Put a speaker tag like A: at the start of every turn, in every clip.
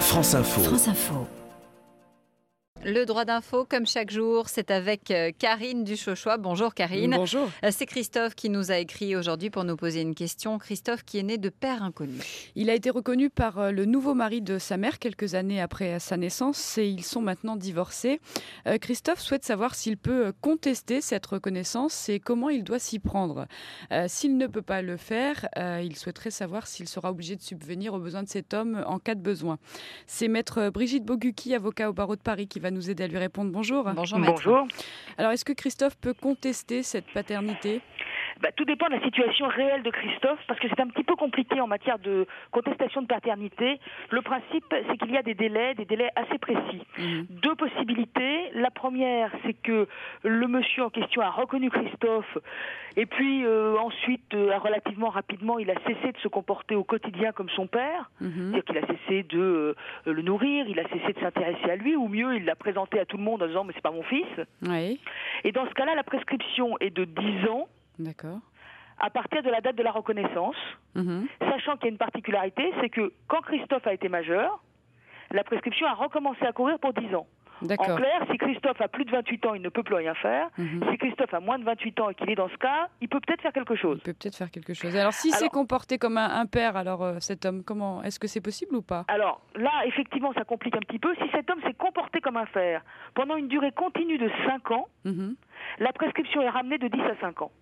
A: France Info.
B: France Info.
C: Le droit d'info, comme chaque jour, c'est avec euh, Karine Duchochois. Bonjour Karine.
D: Bonjour.
C: Euh, C'est Christophe qui nous a écrit aujourd'hui pour nous poser une question. Christophe qui est né de père inconnu.
D: Il a été reconnu par euh, le nouveau mari de sa mère quelques années après sa naissance et ils sont maintenant divorcés. Euh, Christophe souhaite savoir s'il peut euh, contester cette reconnaissance et comment il doit s'y prendre. Euh, S'il ne peut pas le faire, euh, il souhaiterait savoir s'il sera obligé de subvenir aux besoins de cet homme en cas de besoin. C'est maître euh, Brigitte Bogucki, avocat au barreau de Paris, qui va nous aider à lui répondre. Bonjour.
C: Bonjour maître.
E: Bonjour.
D: Alors, est-ce que Christophe peut contester cette paternité
E: Bah, tout dépend de la situation réelle de Christophe, parce que c'est un petit peu compliqué en matière de contestation de paternité. Le principe, c'est qu'il y a des délais, des délais assez précis.
D: Mhm,
E: Deux possibilités. La première, c'est que le monsieur en question a reconnu Christophe, et puis euh, ensuite, euh, relativement rapidement, il a cessé de se comporter au quotidien comme son père.
D: Mhm.
E: C'est-à-dire qu'il a cessé de euh, le nourrir, il a cessé de s'intéresser à lui, ou mieux, il l'a présenté à tout le monde en disant, mais c'est pas mon fils.
D: Oui,
E: Et dans ce cas-là, la prescription est de 10 ans
D: d'accord.
E: à partir de la date de la reconnaissance,
D: Mhm.
E: sachant qu'il y a une particularité, c'est que quand Christophe a été majeur, la prescription a recommencé à courir pour 10 ans. En
D: D'accord.
E: clair, si Christophe a plus de 28 ans, il ne peut plus rien faire.
D: Mhm.
E: Si Christophe a moins de 28 ans et qu'il est dans ce cas, il peut peut-être faire quelque chose.
D: Il peut peut-être faire quelque chose. Alors, s'il s'est
E: Alors-
D: comporté comme un, un père, alors euh, cet homme, comment est-ce que c'est possible ou pas
E: Alors là, effectivement, ça complique un petit peu. Si cet homme s'est comporté comme un fer pendant une durée continue de 5 ans,
D: Mhm.
E: la prescription est ramenée de 10 à 5 ans.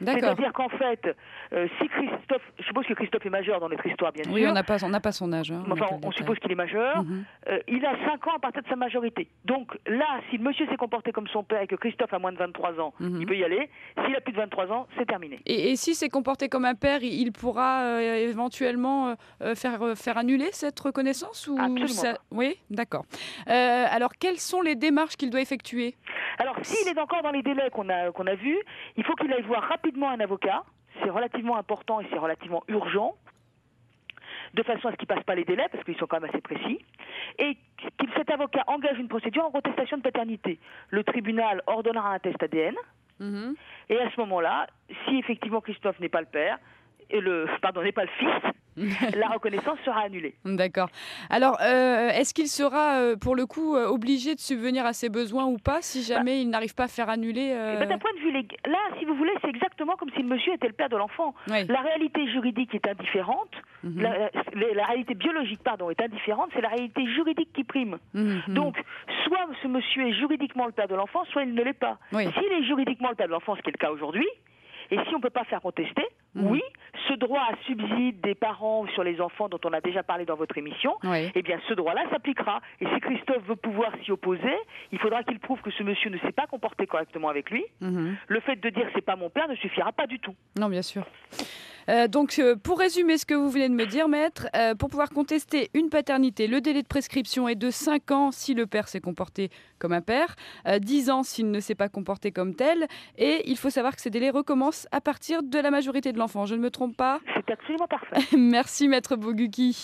D: D'accord.
E: C'est-à-dire qu'en fait, euh, si Christophe, je suppose que Christophe est majeur dans notre histoire, bien
D: Oui,
E: sûr.
D: on n'a pas, on n'a pas son âge. hein,
E: Mais
D: n'a
E: enfin,
D: pas
E: on,
D: le détail.
E: suppose qu'il est majeur.
D: Mhm.
E: Euh, il a 5 ans à partir de sa majorité. Donc là, si le monsieur s'est comporté comme son père et que Christophe a moins de 23 ans,
D: Mhm.
E: il peut y aller. S'il a plus de 23 ans, c'est terminé.
D: Et, et s'il s'est comporté comme un père, il, il pourra euh, éventuellement euh, euh, faire, euh, faire annuler cette reconnaissance ou
E: Absolument
D: ça- Oui, d'accord. Euh, alors, quelles sont les démarches qu'il doit effectuer
E: Alors s'il est encore dans les délais qu'on a, qu'on a vus, il faut qu'il aille voir rapidement un avocat. C'est relativement important et c'est relativement urgent. De façon à ce qu'il passe pas les délais, parce qu'ils sont quand même assez précis, et qu'il cet avocat engage une procédure en contestation de paternité. Le tribunal ordonnera un test ADN,
D: Mhm.
E: Et à ce moment-là, si effectivement Christophe n'est pas le père, et le, pardon, n'est pas le fils, la reconnaissance sera annulée.
D: D'accord. Alors, euh, est-ce qu'il sera, euh, pour le coup, euh, obligé de subvenir à ses besoins ou pas si
E: Bah
D: jamais il n'arrive pas à faire annuler
E: Eh
D: euh,
E: ben, D'un point de vue légal, là, si vous voulez, c'est exactement comme si le monsieur était le père de l'enfant.
D: oui.
E: La réalité juridique est indifférente,
D: Mhm.
E: la, la- la réalité biologique, pardon, est indifférente, c'est la réalité juridique qui prime.
D: Mhm.
E: Donc, soit ce monsieur est juridiquement le père de l'enfant, soit il ne l'est pas.
D: Oui.
E: S'il est juridiquement le père de l'enfant, ce qui est le cas aujourd'hui, et si on ne peut pas faire contester,
D: Mhm.
E: oui, ce droit à subside des parents sur les enfants dont on a déjà parlé dans votre émission,
D: Oui.
E: eh bien ce droit-là s'appliquera. Et si Christophe veut pouvoir s'y opposer, il faudra qu'il prouve que ce monsieur ne s'est pas comporté correctement avec lui.
D: Mhm.
E: Le fait de dire c'est pas mon père ne suffira pas du tout.
D: Non, bien sûr. Euh, donc, euh, pour résumer ce que vous venez de me dire, maître, euh, pour pouvoir contester une paternité, le délai de prescription est de 5 ans si le père s'est comporté comme un père, euh, 10 ans s'il ne s'est pas comporté comme tel, et il faut savoir que ces délais recommencent à partir de la majorité de l'enfant. Je ne me trompe pas
E: C'est absolument parfait.
D: Merci, maître Boguki.